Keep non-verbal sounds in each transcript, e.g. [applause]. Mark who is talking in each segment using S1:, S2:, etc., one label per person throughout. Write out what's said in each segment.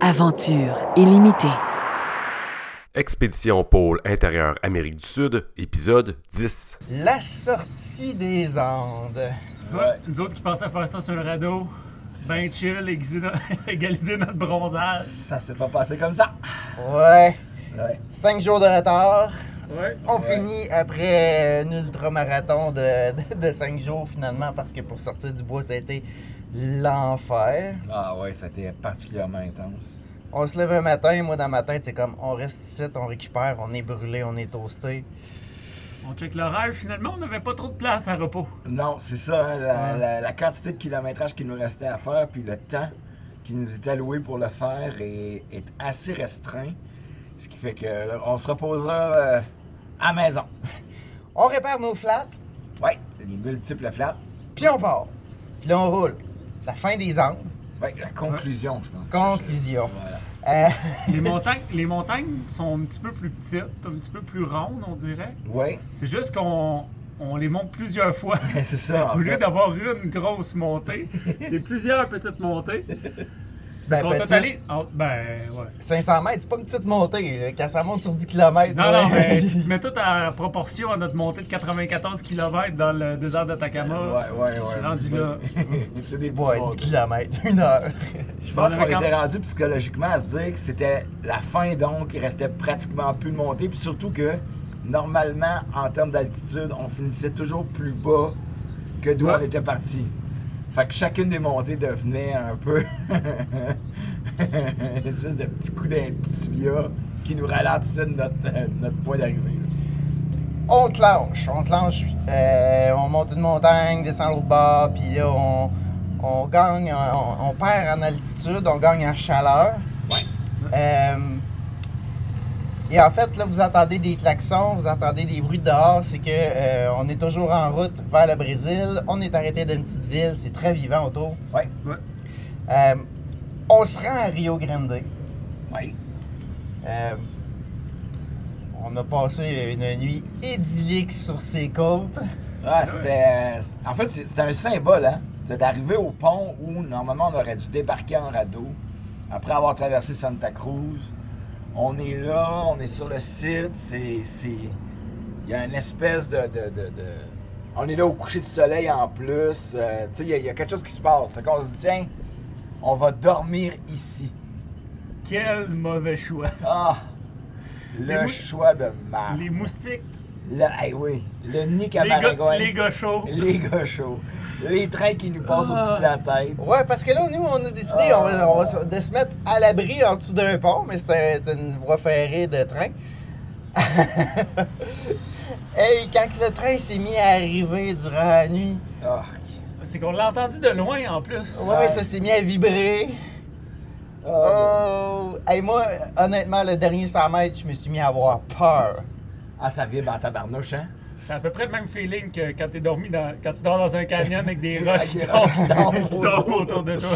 S1: Aventure illimitée.
S2: Expédition pôle intérieur Amérique du Sud, épisode 10.
S3: La sortie des Andes.
S4: Ouais, nous autres qui pensaient faire ça sur le radeau, ben chill, aiguiser no- [laughs] égaliser notre bronzage.
S5: Ça s'est pas passé comme ça.
S3: Ouais.
S5: Ouais.
S3: Cinq jours de retard.
S4: Ouais.
S3: On finit après un ultramarathon de, de, de cinq jours finalement parce que pour sortir du bois, ça a été l'enfer.
S5: Ah ouais, c'était particulièrement intense.
S3: On se lève un matin, moi dans ma tête, c'est comme on reste ici, on récupère, on est brûlé, on est toasté.
S4: On check l'horaire, finalement, on n'avait pas trop de place à repos.
S5: Non, c'est ça, hein, la, la- la quantité de kilométrage qu'il nous restait à faire, puis le temps qui nous est alloué pour le faire est, est assez restreint. Ce qui fait que là, on se reposera euh, à maison.
S3: On répare nos flats,
S5: Ouais, les multiples flats.
S3: puis on part. Puis là, on roule. La fin des Andes.
S5: Ouais, la conclusion, je pense.
S3: Conclusion.
S5: Voilà.
S3: Euh,
S4: Les montagnes, les montagnes sont un petit peu plus petites, un petit peu plus rondes, on dirait.
S5: Ouais, [laughs]
S4: C'est juste qu'on on les monte plusieurs fois. [laughs]
S5: c'est ça. en
S4: Au lieu
S5: fait.
S4: d'avoir une grosse montée, c'est plusieurs petites montées.
S3: ben,
S4: Qu'on
S3: petit,
S4: totalise. oh, ben, ouais.
S3: 500 mètres, c'est pas une petite montée. là. Quand ça monte sur 10 km.
S4: Non, non,
S3: [laughs]
S4: mais si tu mets tout en proportion à notre montée de 94 km dans le désert d'Atacama.
S5: Ouais, ouais, ouais.
S4: Rendu là.
S5: [laughs] C'est des petites
S3: Ouais,
S5: montées.
S3: 10 km, une heure. [laughs]
S5: Je pense
S4: On
S5: qu'on
S4: avait quand-
S5: était rendu psychologiquement à se dire que c'était la fin, donc il restait pratiquement plus de montée. Puis surtout que, normalement, en termes d'altitude, on finissait toujours plus bas que d'où
S4: Ouais.
S5: on était parti. Fait que chacune des montées devenait un peu [laughs] une espèce de petit coup d'intibia qui nous ralentissait de notre, euh, notre point d'arrivée. là.
S3: On clenche, on clenche, euh, on monte une montagne, descend l'autre bord, puis là, on, on gagne, on, on perd en altitude, on gagne en chaleur. Euh, et en fait, là, vous entendez des klaxons, vous entendez des bruits dehors, c'est que euh, on est toujours en route vers le Brésil, on est arrêté d'une petite ville, c'est très vivant autour.
S5: Ouais,
S3: Euh, on se rend à Rio Grande.
S5: ouais.
S3: Euh, on a passé une nuit idyllique sur ces côtes.
S5: Ah, c'était. euh, En fait, c'est- c'était un symbole, hein. C'était d'arriver au pont où, normalement, on aurait dû débarquer en radeau. Après avoir traversé Santa Cruz, on est là, on est sur le site. C'est. c'est- Il y a une espèce de. de- de- de- On est là au coucher du soleil en plus. Euh, tu sais, il y a- il y, a quelque chose qui se passe. Fait qu'on se dit, tiens, on va dormir ici.
S4: Quel mauvais choix.
S5: Ah!
S4: Les
S5: Le
S4: mou-
S5: choix de merde.
S4: Les moustiques,
S5: Le, eh oui, le nid
S4: les gars,
S5: Camaragouane.
S4: les gars chauds.
S5: Les gars chauds. Les trains qui nous passent au-dessus de la tête.
S3: Ouais, parce que là, nous, on a décidé on va- on va se- de se mettre à l'abri en dessous d'un pont, mais c'était c'était une voie ferrée de train. [laughs] hey, quand le train s'est mis à arriver durant la nuit,
S5: Ah,
S4: C'est qu'on l'a entendu de loin en plus.
S3: ouais,
S5: Ouais.
S3: ça s'est mis à vibrer.
S5: ah,
S3: Oh! Hey, moi, honnêtement, le dernier 100 mètres, je me suis mis à avoir peur.
S5: ah, ça vibre en tabarnouche, hein?
S4: C'est à peu près le même feeling que quand t'es dormi dans, quand tu dors dans un canyon avec des roches qui
S5: Avec des roches qui
S4: tombent,
S5: tombent.
S4: [laughs] qui tombent autour de toi.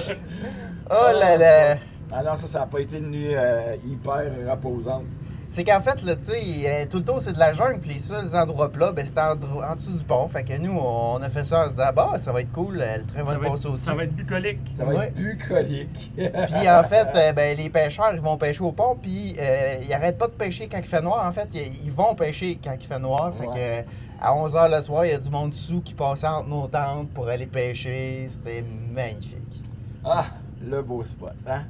S3: Oh là là!
S5: Ah non, ça, ça n'a pas été une nuit euh, hyper reposante.
S3: C'est qu'en fait, là, tu sais, euh, tout le tour, c'est de la jungle, puis les seuls endroits plats, ben, c'était en, dro- en dessous du pont. Fait que nous, on a fait ça en se disant, bah, ça va être cool, euh, le train va
S4: Ça va,
S3: passer
S4: être,
S3: aussi.
S4: ça va être bucolique.
S5: [laughs] Ça va
S3: Ouais.
S5: être bucolique.
S3: Puis
S5: [laughs]
S3: en fait, euh, ben, les pêcheurs, ils vont pêcher au pont, puis euh, ils arrêtent pas de pêcher quand il fait noir. En fait, ils, ils vont pêcher quand il fait noir. Fait
S5: Ouais.
S3: que, euh, à 11h le soir, il y a du monde sous qui passait entre nos tentes pour aller pêcher. C'était magnifique.
S5: Ah, le beau spot, hein?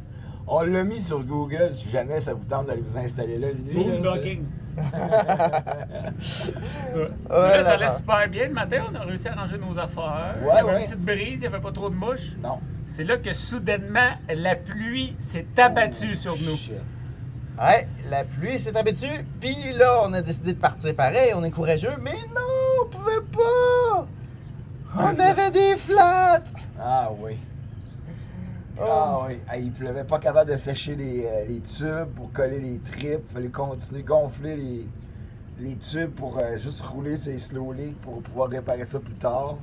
S5: On l'a mis sur Google si jamais ça vous tente d'aller vous installer là une nuit. là,
S4: Boondocking. Ouais.
S3: Oh
S4: Mais là,
S3: là
S4: ça
S3: là.
S4: allait super bien. Le matin, on a réussi à ranger nos affaires.
S5: Ouais,
S4: il y avait
S5: ouais.
S4: une petite brise, il n'y avait pas trop de mouches.
S5: c'est- Non.
S4: C'est là que soudainement, la pluie s'est abattue sur nous.
S5: Shit.
S3: Ouais, la pluie s'est tombée dessus, puis là, on a décidé de partir pareil. On est courageux, mais non, on pouvait pas! On avait des flats!
S5: Ah oui.
S3: Oh.
S5: Ah oui. Ah, il pleuvait pas capable de sécher les, euh, les tubes pour coller les tripes. Fallait continuer de gonfler les, les tubes pour euh, juste rouler ses slow leaks pour pouvoir réparer ça plus tard.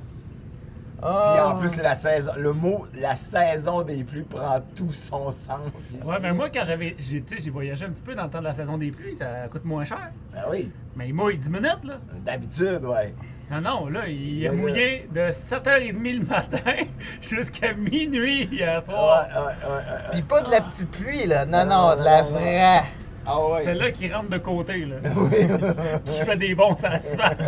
S5: Puis
S3: Ah.
S5: en plus, la saison, le mot la saison des pluies prend tout son sens. ici.
S4: Ouais, mais moi, quand j'avais. J'ai tu sais, j'ai voyagé un petit peu dans le temps de la saison des pluies, ça coûte moins cher.
S5: Ben oui,
S4: Mais il mouille 10 minutes, là.
S5: d'habitude, ouais.
S4: Non, non, là, il a
S5: Ouais,
S4: mouillé de 7h30 le matin [laughs] jusqu'à minuit hier
S5: Ouais,
S4: soir.
S5: ouais, ouais, ouais, ouais.
S3: Puis pas de la petite pluie, là. Non, non,
S5: non,
S3: de la
S5: non, non.
S3: vraie.
S5: Ah ouais.
S4: Celle-là qui rentre de côté, là.
S5: Oui.
S4: qui fait des bons sur l'asphalte.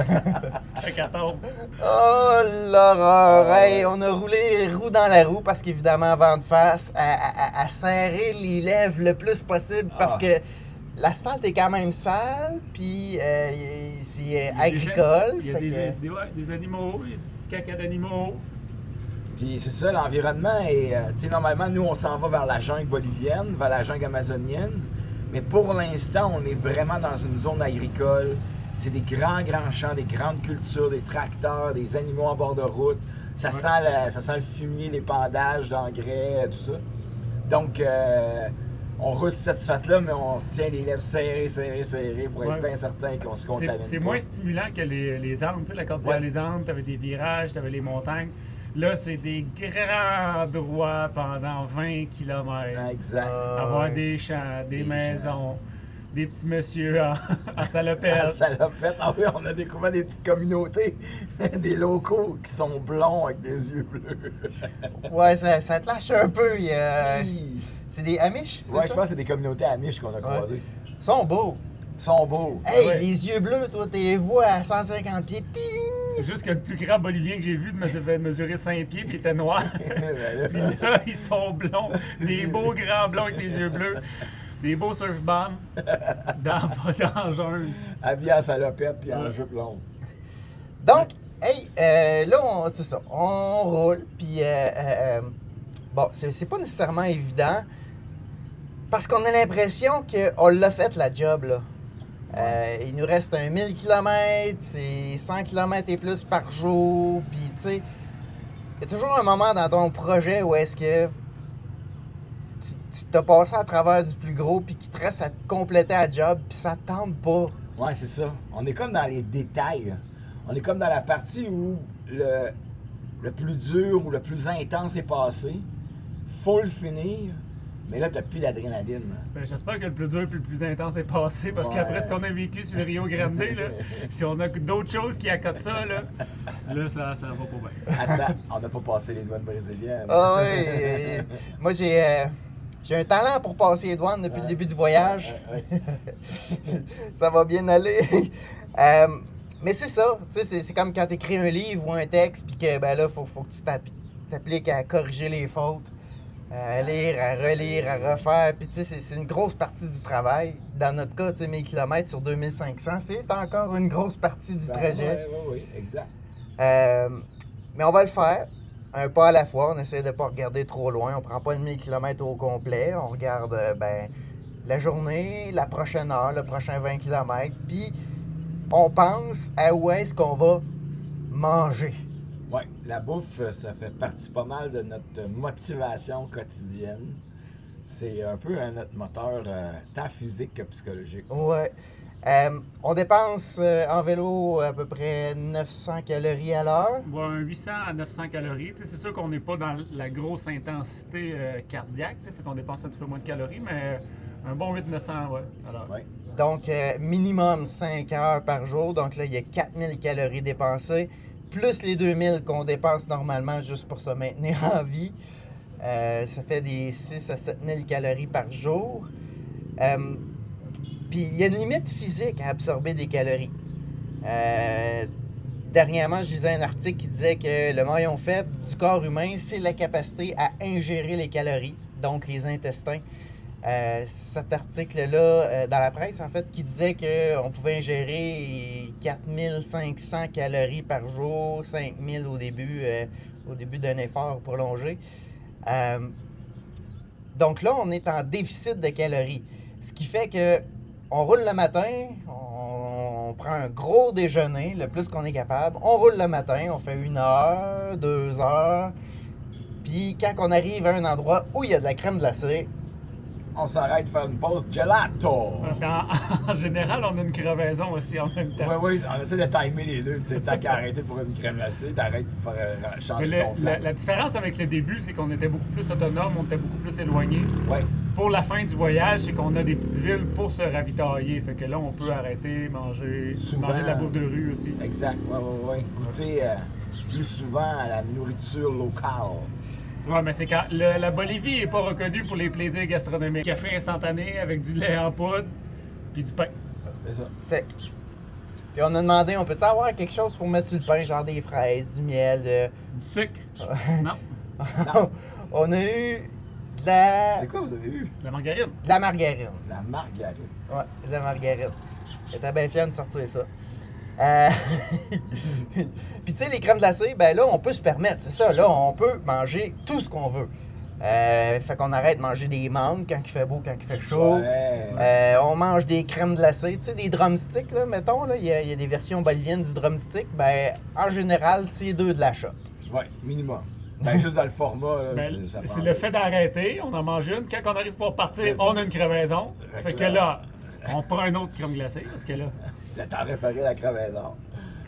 S4: Fait qu'elle tombe.
S3: Oh, l'horreur! Hey, on a roulé les roues dans la roue parce qu'évidemment, avant de face, à, à- à- à serrer les lèvres le plus possible parce
S5: Ah.
S3: que l'asphalte est quand même sale, puis euh, y- c'est
S4: Il y a des-
S3: agricole.
S4: Il y a
S3: fait
S4: des,
S3: que-
S4: des- ouais, des animaux, il y a des petits caca d'animaux.
S5: Puis c'est ça, l'environnement. Et euh, tu sais, normalement, nous, on s'en va vers la jungle bolivienne, vers la jungle amazonienne. Mais pour l'instant, on est vraiment dans une zone agricole. C'est des grands, grands champs, des grandes cultures, des tracteurs, des animaux en bord de route. Ça, sent, le, ça sent le fumier, l'épandage d'engrais, euh, tout ça. Donc, euh, on rousse cette fête-là, mais on se tient les lèvres serrées, serrées, serrées pour être
S4: Ouais.
S5: bien certain qu'on se
S4: C'est-
S5: contamine.
S4: C'est
S5: pas.
S4: moins stimulant que les, les Andes, tu sais, la cordillère
S5: Ouais.
S4: des Andes, t'avais des virages, t'avais les montagnes. Là, c'est des grands droits pendant 20 km.
S5: Exact.
S3: Ah,
S4: Avoir
S3: ouais.
S4: des champs, des,
S5: Des
S4: maisons, des petits messieurs [laughs] en, en salopette.
S5: Ah, salopette. Ah oui, on a découvert des petites communautés, [laughs] des locaux qui sont blonds avec des yeux bleus. [laughs]
S3: Ouais, ça, ça te lâche un peu. il y a-
S5: Hi.
S3: C'est des Amish, c'est
S5: ouais, je
S3: ça?
S5: pense que c'est des communautés amiches qu'on a croisées.
S3: Ils sont beaux.
S5: Ils sont beaux. [laughs]
S3: Hey,
S4: ouais.
S3: les yeux bleus, toi, t'es vois à 150 pieds. Ting!
S4: C'est juste que le plus grand bolivien que j'ai vu mesurait mesurer 5 pieds puis il était noir. [laughs]
S5: Ben
S4: puis
S5: là.
S4: là, ils sont blonds. Des beaux grands blonds avec les yeux bleus. Des beaux surfbombs dans, [laughs] dans le jungle.
S5: Habillés en salopette puis en
S4: Ouais.
S5: jupe longue.
S3: Donc, hey, euh, là, on- c'est ça, on roule, puis euh, euh, euh, bon, c'est c'est pas nécessairement évident, parce qu'on a l'impression qu'on l'a fait, la job, là. Euh, il nous reste un 1000 km, c'est 100 km et plus par jour, puis tu sais, il y a toujours un moment dans ton projet où est-ce que tu tu t'as passé à travers du plus gros, puis qu'il te reste à te compléter la job, puis ça te tente pas.
S5: Ouais, c'est ça. On est comme dans les détails. On est comme dans la partie où le, le plus dur ou le plus intense est passé. Faut le finir, mais là, t'as
S3: [laughs]
S5: plus l'adrénaline.
S4: Ben, J'espère que le plus dur et le plus intense est passé parce
S5: Ouais.
S4: qu'après ce qu'on a vécu sur le Rio Grande, là, si on a d'autres choses qui accotent ça, là, là ça, ça va pas bien.
S5: Attends, on n'a pas passé les douanes brésiliennes.
S3: Ah oui, euh, moi j'ai euh, j'ai un talent pour passer les douanes depuis le début du voyage.
S5: [laughs] Ouais,
S3: ça va bien aller. [laughs] Euh, mais c'est ça, tu sais, c'est- c'est comme quand tu écris un livre ou un texte, puis que ben là, faut, faut que tu t'app- t'appliques à corriger les fautes, à lire, à relire, à refaire. Puis tu sais, c'est- c'est une grosse partie du travail. Dans notre cas, tu sais, 1000 km sur 2500, c'est encore une grosse partie du
S5: Ben,
S3: trajet.
S5: ouais, ouais, ouais, exact.
S3: Euh, mais on va le faire, un pas à la fois. On essaie de ne pas regarder trop loin. On prend pas le 1000 km au complet. On regarde euh, ben, la journée, la prochaine heure, le prochain 20 km. Puis on pense à où est-ce qu'on va manger.
S5: Ouais, la bouffe, euh, ça fait partie pas mal de notre motivation quotidienne. C'est un peu hein, notre moteur euh, tant physique que psychologique. Oh,
S3: Ouais. Euh, on dépense euh, en vélo à peu près 900 calories à l'heure.
S4: Bon, un 800 à 900 calories, tu sais, c'est sûr qu'on n'est pas dans la grosse intensité euh, cardiaque, tu sais, fait qu'on dépense un petit peu moins de calories, mais euh, un bon 800-900, ouais. Alors,
S5: Ouais.
S3: Donc, euh, minimum 5 heures par jour. Donc là, il y a 4000 calories dépensées, plus les 2000 qu'on dépense normalement juste pour se maintenir [laughs] en vie. Euh, ça fait des 6 à 7000 calories par jour. Euh, Puis il y a une limite physique à absorber des calories. Euh, dernièrement, je lisais un article qui disait que le maillon faible du corps humain, c'est la capacité à ingérer les calories, donc les intestins. Euh, cet article-là, euh, dans la presse, en fait, qui disait qu'on pouvait ingérer 4500 calories par jour, 5000 au début, euh, au début d'un effort prolongé. Euh, donc là, on est en déficit de calories. Ce qui fait que on roule le matin, on, on prend un gros déjeuner, le plus qu'on est capable. On roule le matin, on fait une heure, deux heures. Puis quand on arrive à un endroit où il y a de la crème glacée,
S5: On on s'arrête faire une pause gelato.
S4: [laughs] Parce qu'en- Euh, en général, on a une crevaison aussi en même temps.
S5: Oui, oui, on essaie de timer les deux. Tu sais, T'as qu'à arrêter pour une crevassée, t'arrêtes pour faire euh,
S4: Mais
S5: changer
S4: le-
S5: ton plan.
S4: la, la différence avec le début, c'est qu'on était beaucoup plus autonome, on était beaucoup plus éloigné.
S5: Ouais.
S4: Pour la fin du voyage, c'est qu'on a des petites villes pour se ravitailler. Fait que là, on peut arrêter, manger,
S5: Souvent.
S4: manger de la bouffe de rue aussi.
S5: Exact, ouais, ouais, ouais. Goûter euh, plus souvent à la nourriture locale.
S4: Ouais, mais c'est quand le- la Bolivie est pas reconnue pour les plaisirs gastronomiques. Café instantané avec du lait en poudre puis du pain.
S5: C'est ça.
S3: Sec. Puis on a demandé, on peut-tu avoir quelque chose pour mettre sur le pain, genre des fraises, du miel. euh.
S4: Du sucre. non,
S3: [laughs] on a eu de la,
S5: C'est quoi vous avez eu?
S4: de la margarine.
S3: de la margarine.
S5: La margarine.
S3: Ouais, de la margarine. J'étais bien fière de sortir ça. Euh, [laughs] Puis tu sais, les crèmes glacées, ben là, on peut se permettre, c'est ça. Là, on peut manger tout ce qu'on veut. Euh, fait qu'on arrête de manger des mangues quand il fait beau, quand il fait
S4: Oh.
S3: chaud.
S5: Ouais.
S3: Euh, on mange des crèmes glacées, tu sais, des drumsticks, là, mettons, là, il y, a- il y a des versions boliviennes du drumstick. Ben, en général, c'est deux de la shot.
S5: Ouais,
S4: [laughs]
S5: minimum. Ben, juste dans le format, là,
S4: Ben,
S5: ça
S4: c'est
S5: prend-
S4: le fait d'arrêter, on en mange une. Quand on arrive pour partir, on a une crevaison. Fait que là, on prend un autre crème glacée parce que là,
S5: Le temps de réparer la crevaison.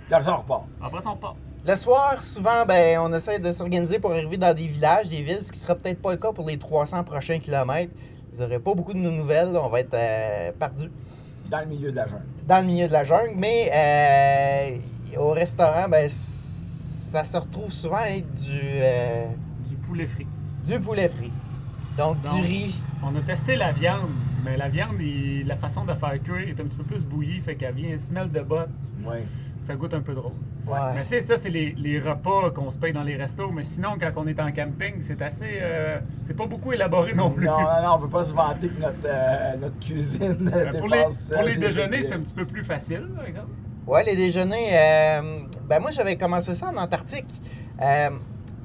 S5: Puis après ça, on repart.
S4: après ça, on part.
S3: Le soir, souvent, ben, on essaie de s'organiser pour arriver dans des villages, des villes, ce qui sera peut-être pas le cas pour les 300 prochains kilomètres. Vous n'aurez pas beaucoup de nos nouvelles, on va être euh, perdus
S5: Dans le milieu de la jungle.
S3: dans le milieu de la jungle. Mais euh, au restaurant, ben, ça se retrouve souvent à être du, euh,
S4: Du poulet frit.
S3: du poulet frit. Donc,
S4: Donc,
S3: du riz.
S4: On a testé la viande, mais la viande, il- la façon de la faire cuire est un petit peu plus bouillie, fait qu'elle vient smell de botte,
S5: Ouais.
S4: ça goûte un peu drôle.
S3: Ouais.
S4: Mais tu sais, ça, c'est les, les repas qu'on se paye dans les restos, mais sinon, quand on est en camping, c'est assez. euh, c'est pas beaucoup élaboré non plus.
S5: Non, non, non, on peut pas se vanter que notre, euh, notre cuisine
S4: Mais Ben, Euh, pour les,
S5: dépasse euh,
S4: pour
S5: celle
S4: les
S5: des-
S4: déjeuners, c'est un petit peu plus facile, par exemple.
S3: Ouais, les déjeuners. euh, ben moi, j'avais commencé ça en Antarctique. Euh,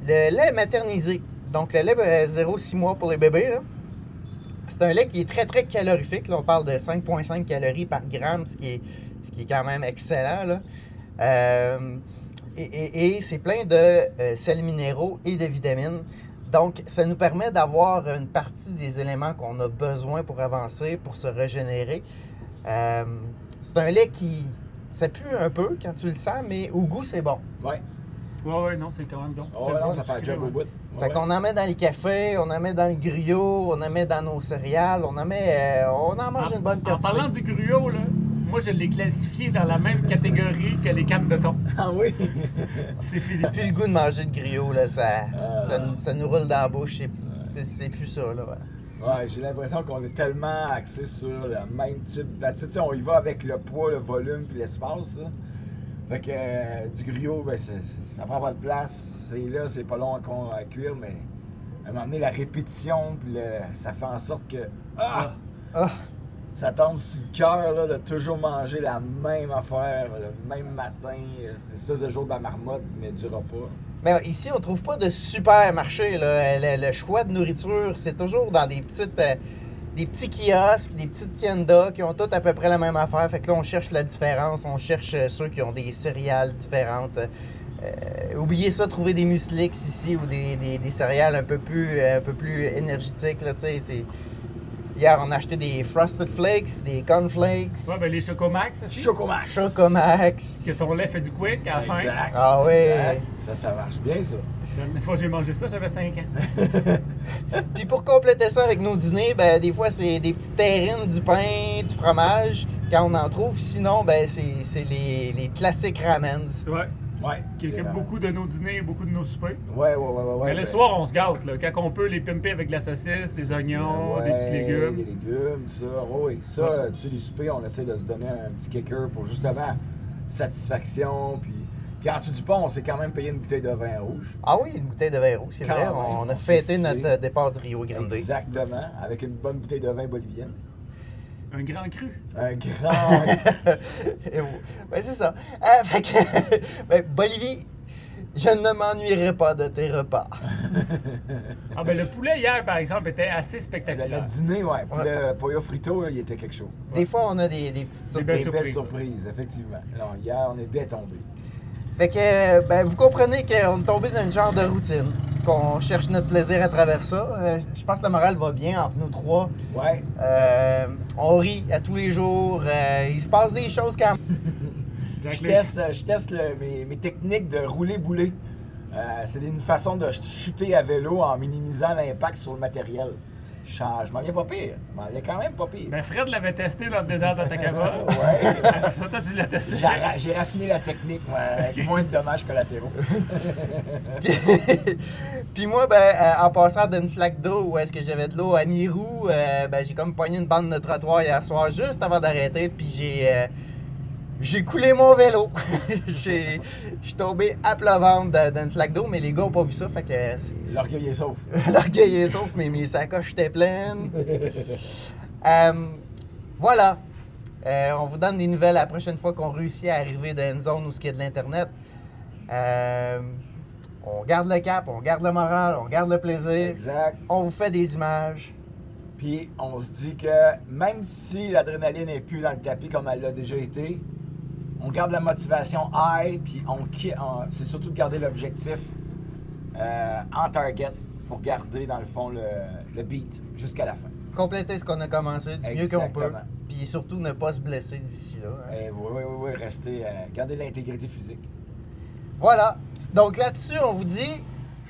S3: le lait maternisé, donc le lait 0-6 mois pour les bébés, là, c'est un lait qui est très, très calorifique. Là, on parle de 5,5 calories par gramme, ce qui est, ce qui est quand même excellent. Là. Euh, et et- et c'est plein de euh, sels minéraux et de vitamines. Donc, ça nous permet d'avoir une partie des éléments qu'on a besoin pour avancer, pour se régénérer. Euh, c'est un lait qui. Ça pue un peu quand tu le sens, mais au goût, c'est bon.
S4: Ah
S5: Ouais.
S4: Ouais, ouais, non, c'est quand même bon.
S5: Oh,
S4: C'est un
S5: non,
S4: petit
S5: ça fait un
S4: sucré,
S5: job
S4: ouais.
S5: au bout.
S3: Fait
S5: Ouais,
S3: qu'on en met dans les cafés, on en met dans le griot, on en met dans nos céréales, on en met. euh, on en mange
S4: En-
S3: une bonne
S4: En
S3: quantité.
S4: parlant du gruau, là, moi, je l'ai classifié dans la même catégorie que les cannes de
S5: [laughs]
S4: thon.
S5: ouais. Ah oui!
S3: [laughs]
S4: C'est Philippe.
S3: Plus le goût de manger de griot, là, ça,
S4: Euh.
S3: ça, nous- ça nous roule dans la bouche. c'est- C'est c'est plus ça, là. ouais.
S5: Ouais, j'ai l'impression qu'on est tellement axé sur le même type. Ben, tu sais, tu sais, on y va avec le poids, le volume puis l'espace. là. Fait que euh, du griot, ben, c'est- c'est- ça prend pas de place. C'est là, c'est pas long à, con- à cuire, mais à un moment donné, la répétition, puis le- ça fait en sorte que. Ah!
S3: Ah!
S5: Ça tombe sur le cœur là, de toujours manger la même affaire, le même matin. euh, C'est une espèce de jour de la marmotte, mais du repas.
S3: Mais ici, on trouve pas de supermarché. Là. Le, le choix de nourriture, c'est toujours dans des petites. euh, des petits kiosques, des petites tiendas qui ont toutes à peu près la même affaire. Fait que là, on cherche la différence, on cherche euh, ceux qui ont des céréales différentes. Euh, oubliez ça, trouver des muslix ici ou des, des- des céréales un peu plus, euh, un peu plus énergétiques. Là, tu sais, c'est- Hier, on a acheté des Frosted Flakes, des Cornflakes,
S4: Ouais, ben les Chocomax aussi.
S5: Chocomax!
S3: Chocomax.
S4: que ton lait fait du quick à la fin.
S5: Exact.
S3: Ah oui!
S5: Exact. Ça, ça marche bien, ça.
S4: La dernière fois que j'ai mangé ça, j'avais 5 ans.
S3: Puis pour compléter ça avec nos dîners, ben, des fois, c'est des petites terrines, du pain, du fromage, quand on en trouve. Sinon, ben, c'est c'est les, les classiques ramens.
S4: Ouais.
S5: Ouais.
S4: Qui occupe beaucoup de nos dîners et beaucoup de nos soupers.
S5: Ouais, ouais, ouais, ouais. ouais ben,
S4: Mais Ben, le soir, on se gâte, là. Quand on peut, les pimper avec de la saucisse, des oignons,
S5: ben, Ouais,
S4: des petits
S5: Des
S4: légumes.
S5: légumes, ça. Oui, ça,
S4: Ouais.
S5: tu sais, les soupers, on essaie de se donner un petit kicker pour justement satisfaction. Puis, puis en dessous du pont, on s'est quand même payé une bouteille de vin rouge.
S3: Ah oui, une bouteille de vin rouge, c'est
S5: Quand
S3: vrai.
S5: même,
S3: On, a
S5: on
S3: fêté
S5: s'est
S3: notre
S5: cité.
S3: euh, départ du Rio Grande.
S5: Exactement, avec une bonne bouteille de vin bolivienne.
S4: Un grand cru.
S5: Un
S3: [laughs]
S5: grand.
S4: [laughs]
S3: Et vous- ben, c'est ça. Ah, [laughs] fait que, ben, Bolivie, je ne m'ennuierai pas de tes repas.
S4: Ah, ben le poulet hier, par exemple, était assez
S5: le, le
S4: spectaculaire.
S5: dîner, ouais. Puis
S3: Ouais.
S5: le pollo frito, là, il était quelque chose.
S3: Des fois, on a des, des petites
S4: Des
S3: surprises.
S4: belles
S5: Des
S4: surprises.
S5: belles surprises, effectivement. Non, hier, on est bien tombé.
S3: Fait que, euh, ben, vous comprenez qu'on est tombé dans une genre de routine. qu'on cherche notre plaisir à travers ça. Euh, je pense que la morale va bien entre nous trois.
S5: Ouais.
S3: Euh, on rit à tous les jours. Euh, il se passe des choses quand même.
S4: Jack
S5: Je
S4: Lynch,
S5: teste, euh, je teste le- mes, mes techniques de rouler-bouler. Euh, c'est une façon de ch- chuter à vélo en minimisant l'impact sur le matériel. Je, je m'en viens pas pire. Je m'en viens quand même pas pire.
S4: ben Fred l'avait testé dans le désert d'Atacama. [laughs]
S5: Ouais.
S4: ça, toi, tu l'as testé.
S5: J'ai ra- J'ai raffiné la
S4: [laughs]
S5: technique, moi, avec moins de dommages collatéraux.
S3: [laughs] Puis moi, ben, euh, en passant d'une flaque d'eau où est-ce que j'avais de l'eau à mi-roue, euh, ben, j'ai comme poigné une bande de trottoir hier soir juste avant d'arrêter. Puis j'ai. euh, j'ai coulé mon vélo. [laughs] J'ai- Je suis tombé à plat ventre d'un- d'une flaque d'eau, mais les gars n'ont pas vu ça. Fait que c'est-
S5: L'orgueil est sauf.
S4: Euh,
S3: [laughs] L'orgueil est sauf, mais mes sacoches étaient
S5: [laughs]
S3: pleines. Euh, voilà. Euh, on vous donne des nouvelles la prochaine fois qu'on réussit à arriver dans une zone où ce qu'il y a de l'Internet. Euh, on garde le cap, on garde le moral, on garde le plaisir.
S5: Exact.
S3: On vous fait des images.
S5: Puis on se dit que même si l'adrénaline n'est plus dans le tapis comme elle l'a déjà été, on garde la motivation high, puis on, qui- on- c'est surtout de garder l'objectif euh, en target pour garder dans le fond le, le beat jusqu'à la fin.
S3: Compléter ce qu'on a commencé du mieux qu'on peut.
S5: Exactement.
S3: Puis surtout ne pas se blesser d'ici là. hein.
S5: Et oui, oui, oui, oui, rester, euh, garder l'intégrité physique.
S3: Voilà. Donc là-dessus, on vous dit.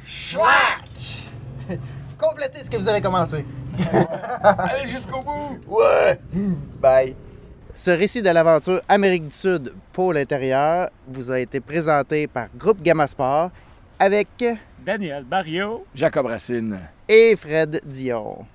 S3: Schlack! [laughs] Complétez ce que vous avez commencé.
S5: Allez jusqu'au bout!
S3: Ouais! Bye! Ce récit de l'aventure Amérique du Sud, pôle intérieur, vous a été présenté par Groupe Gamma Sport avec
S4: Daniel Barrio.
S5: Jacob Racine.
S3: et Fred Dion.